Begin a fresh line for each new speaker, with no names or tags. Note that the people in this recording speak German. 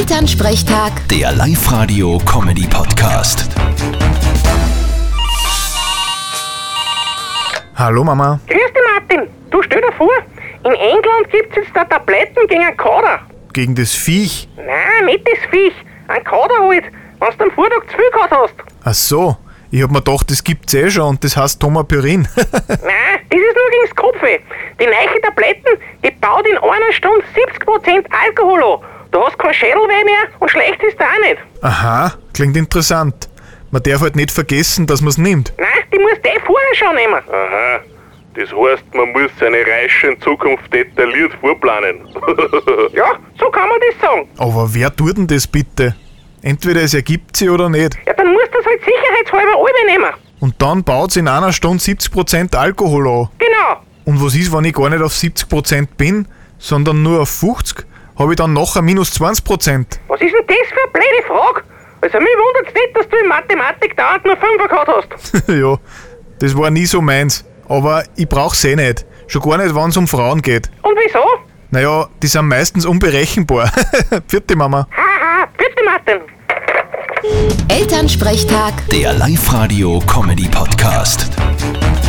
Elternsprechtag,
Der Live-Radio-Comedy-Podcast.
Hallo Mama.
Grüß dich, Martin. Du stell dir vor, in England gibt's jetzt da Tabletten gegen einen Kader.
Gegen das Viech.
Nein, nicht das Viech. Ein Kader halt, wenn du am Vortag zu viel gehabt hast.
Ach so. Ich hab mir gedacht, das gibt's eh schon und das heißt Tomapyrin.
Nein, das ist nur gegens Kopfweh. Die neuen Tabletten, die baut in einer Stunde 70% Alkohol an. Du hast kein Schädelweh mehr und schlecht ist da auch nicht.
Aha, klingt interessant. Man darf halt nicht vergessen, dass man's nimmt.
Nein, die musst du eh vorher schon nehmen.
Aha. Das heißt, man muss seine Reise in Zukunft detailliert vorplanen.
Ja, so kann man das sagen.
Aber wer tut denn das bitte? Entweder es ergibt sie oder nicht.
Ja, dann musst du das halt sicherheitshalber alle nehmen.
Und dann baut's in einer Stunde 70% Alkohol an.
Genau.
Und was ist, wenn ich gar nicht auf 70% bin, sondern nur auf 50? Habe ich dann nachher minus 20%?
Was ist denn das für eine blöde Frage? Also mich wundert's nicht, dass du in Mathematik dauernd nur 5 gehabt hast.
ja, das war nie so meins. Aber ich brauch's eh nicht. Schon gar nicht, wenn's um Frauen geht.
Und wieso?
Naja, die sind meistens unberechenbar. Vierte Mama.
Haha, bitte Martin.
Elternsprechtag.
Der Live-Radio-Comedy-Podcast.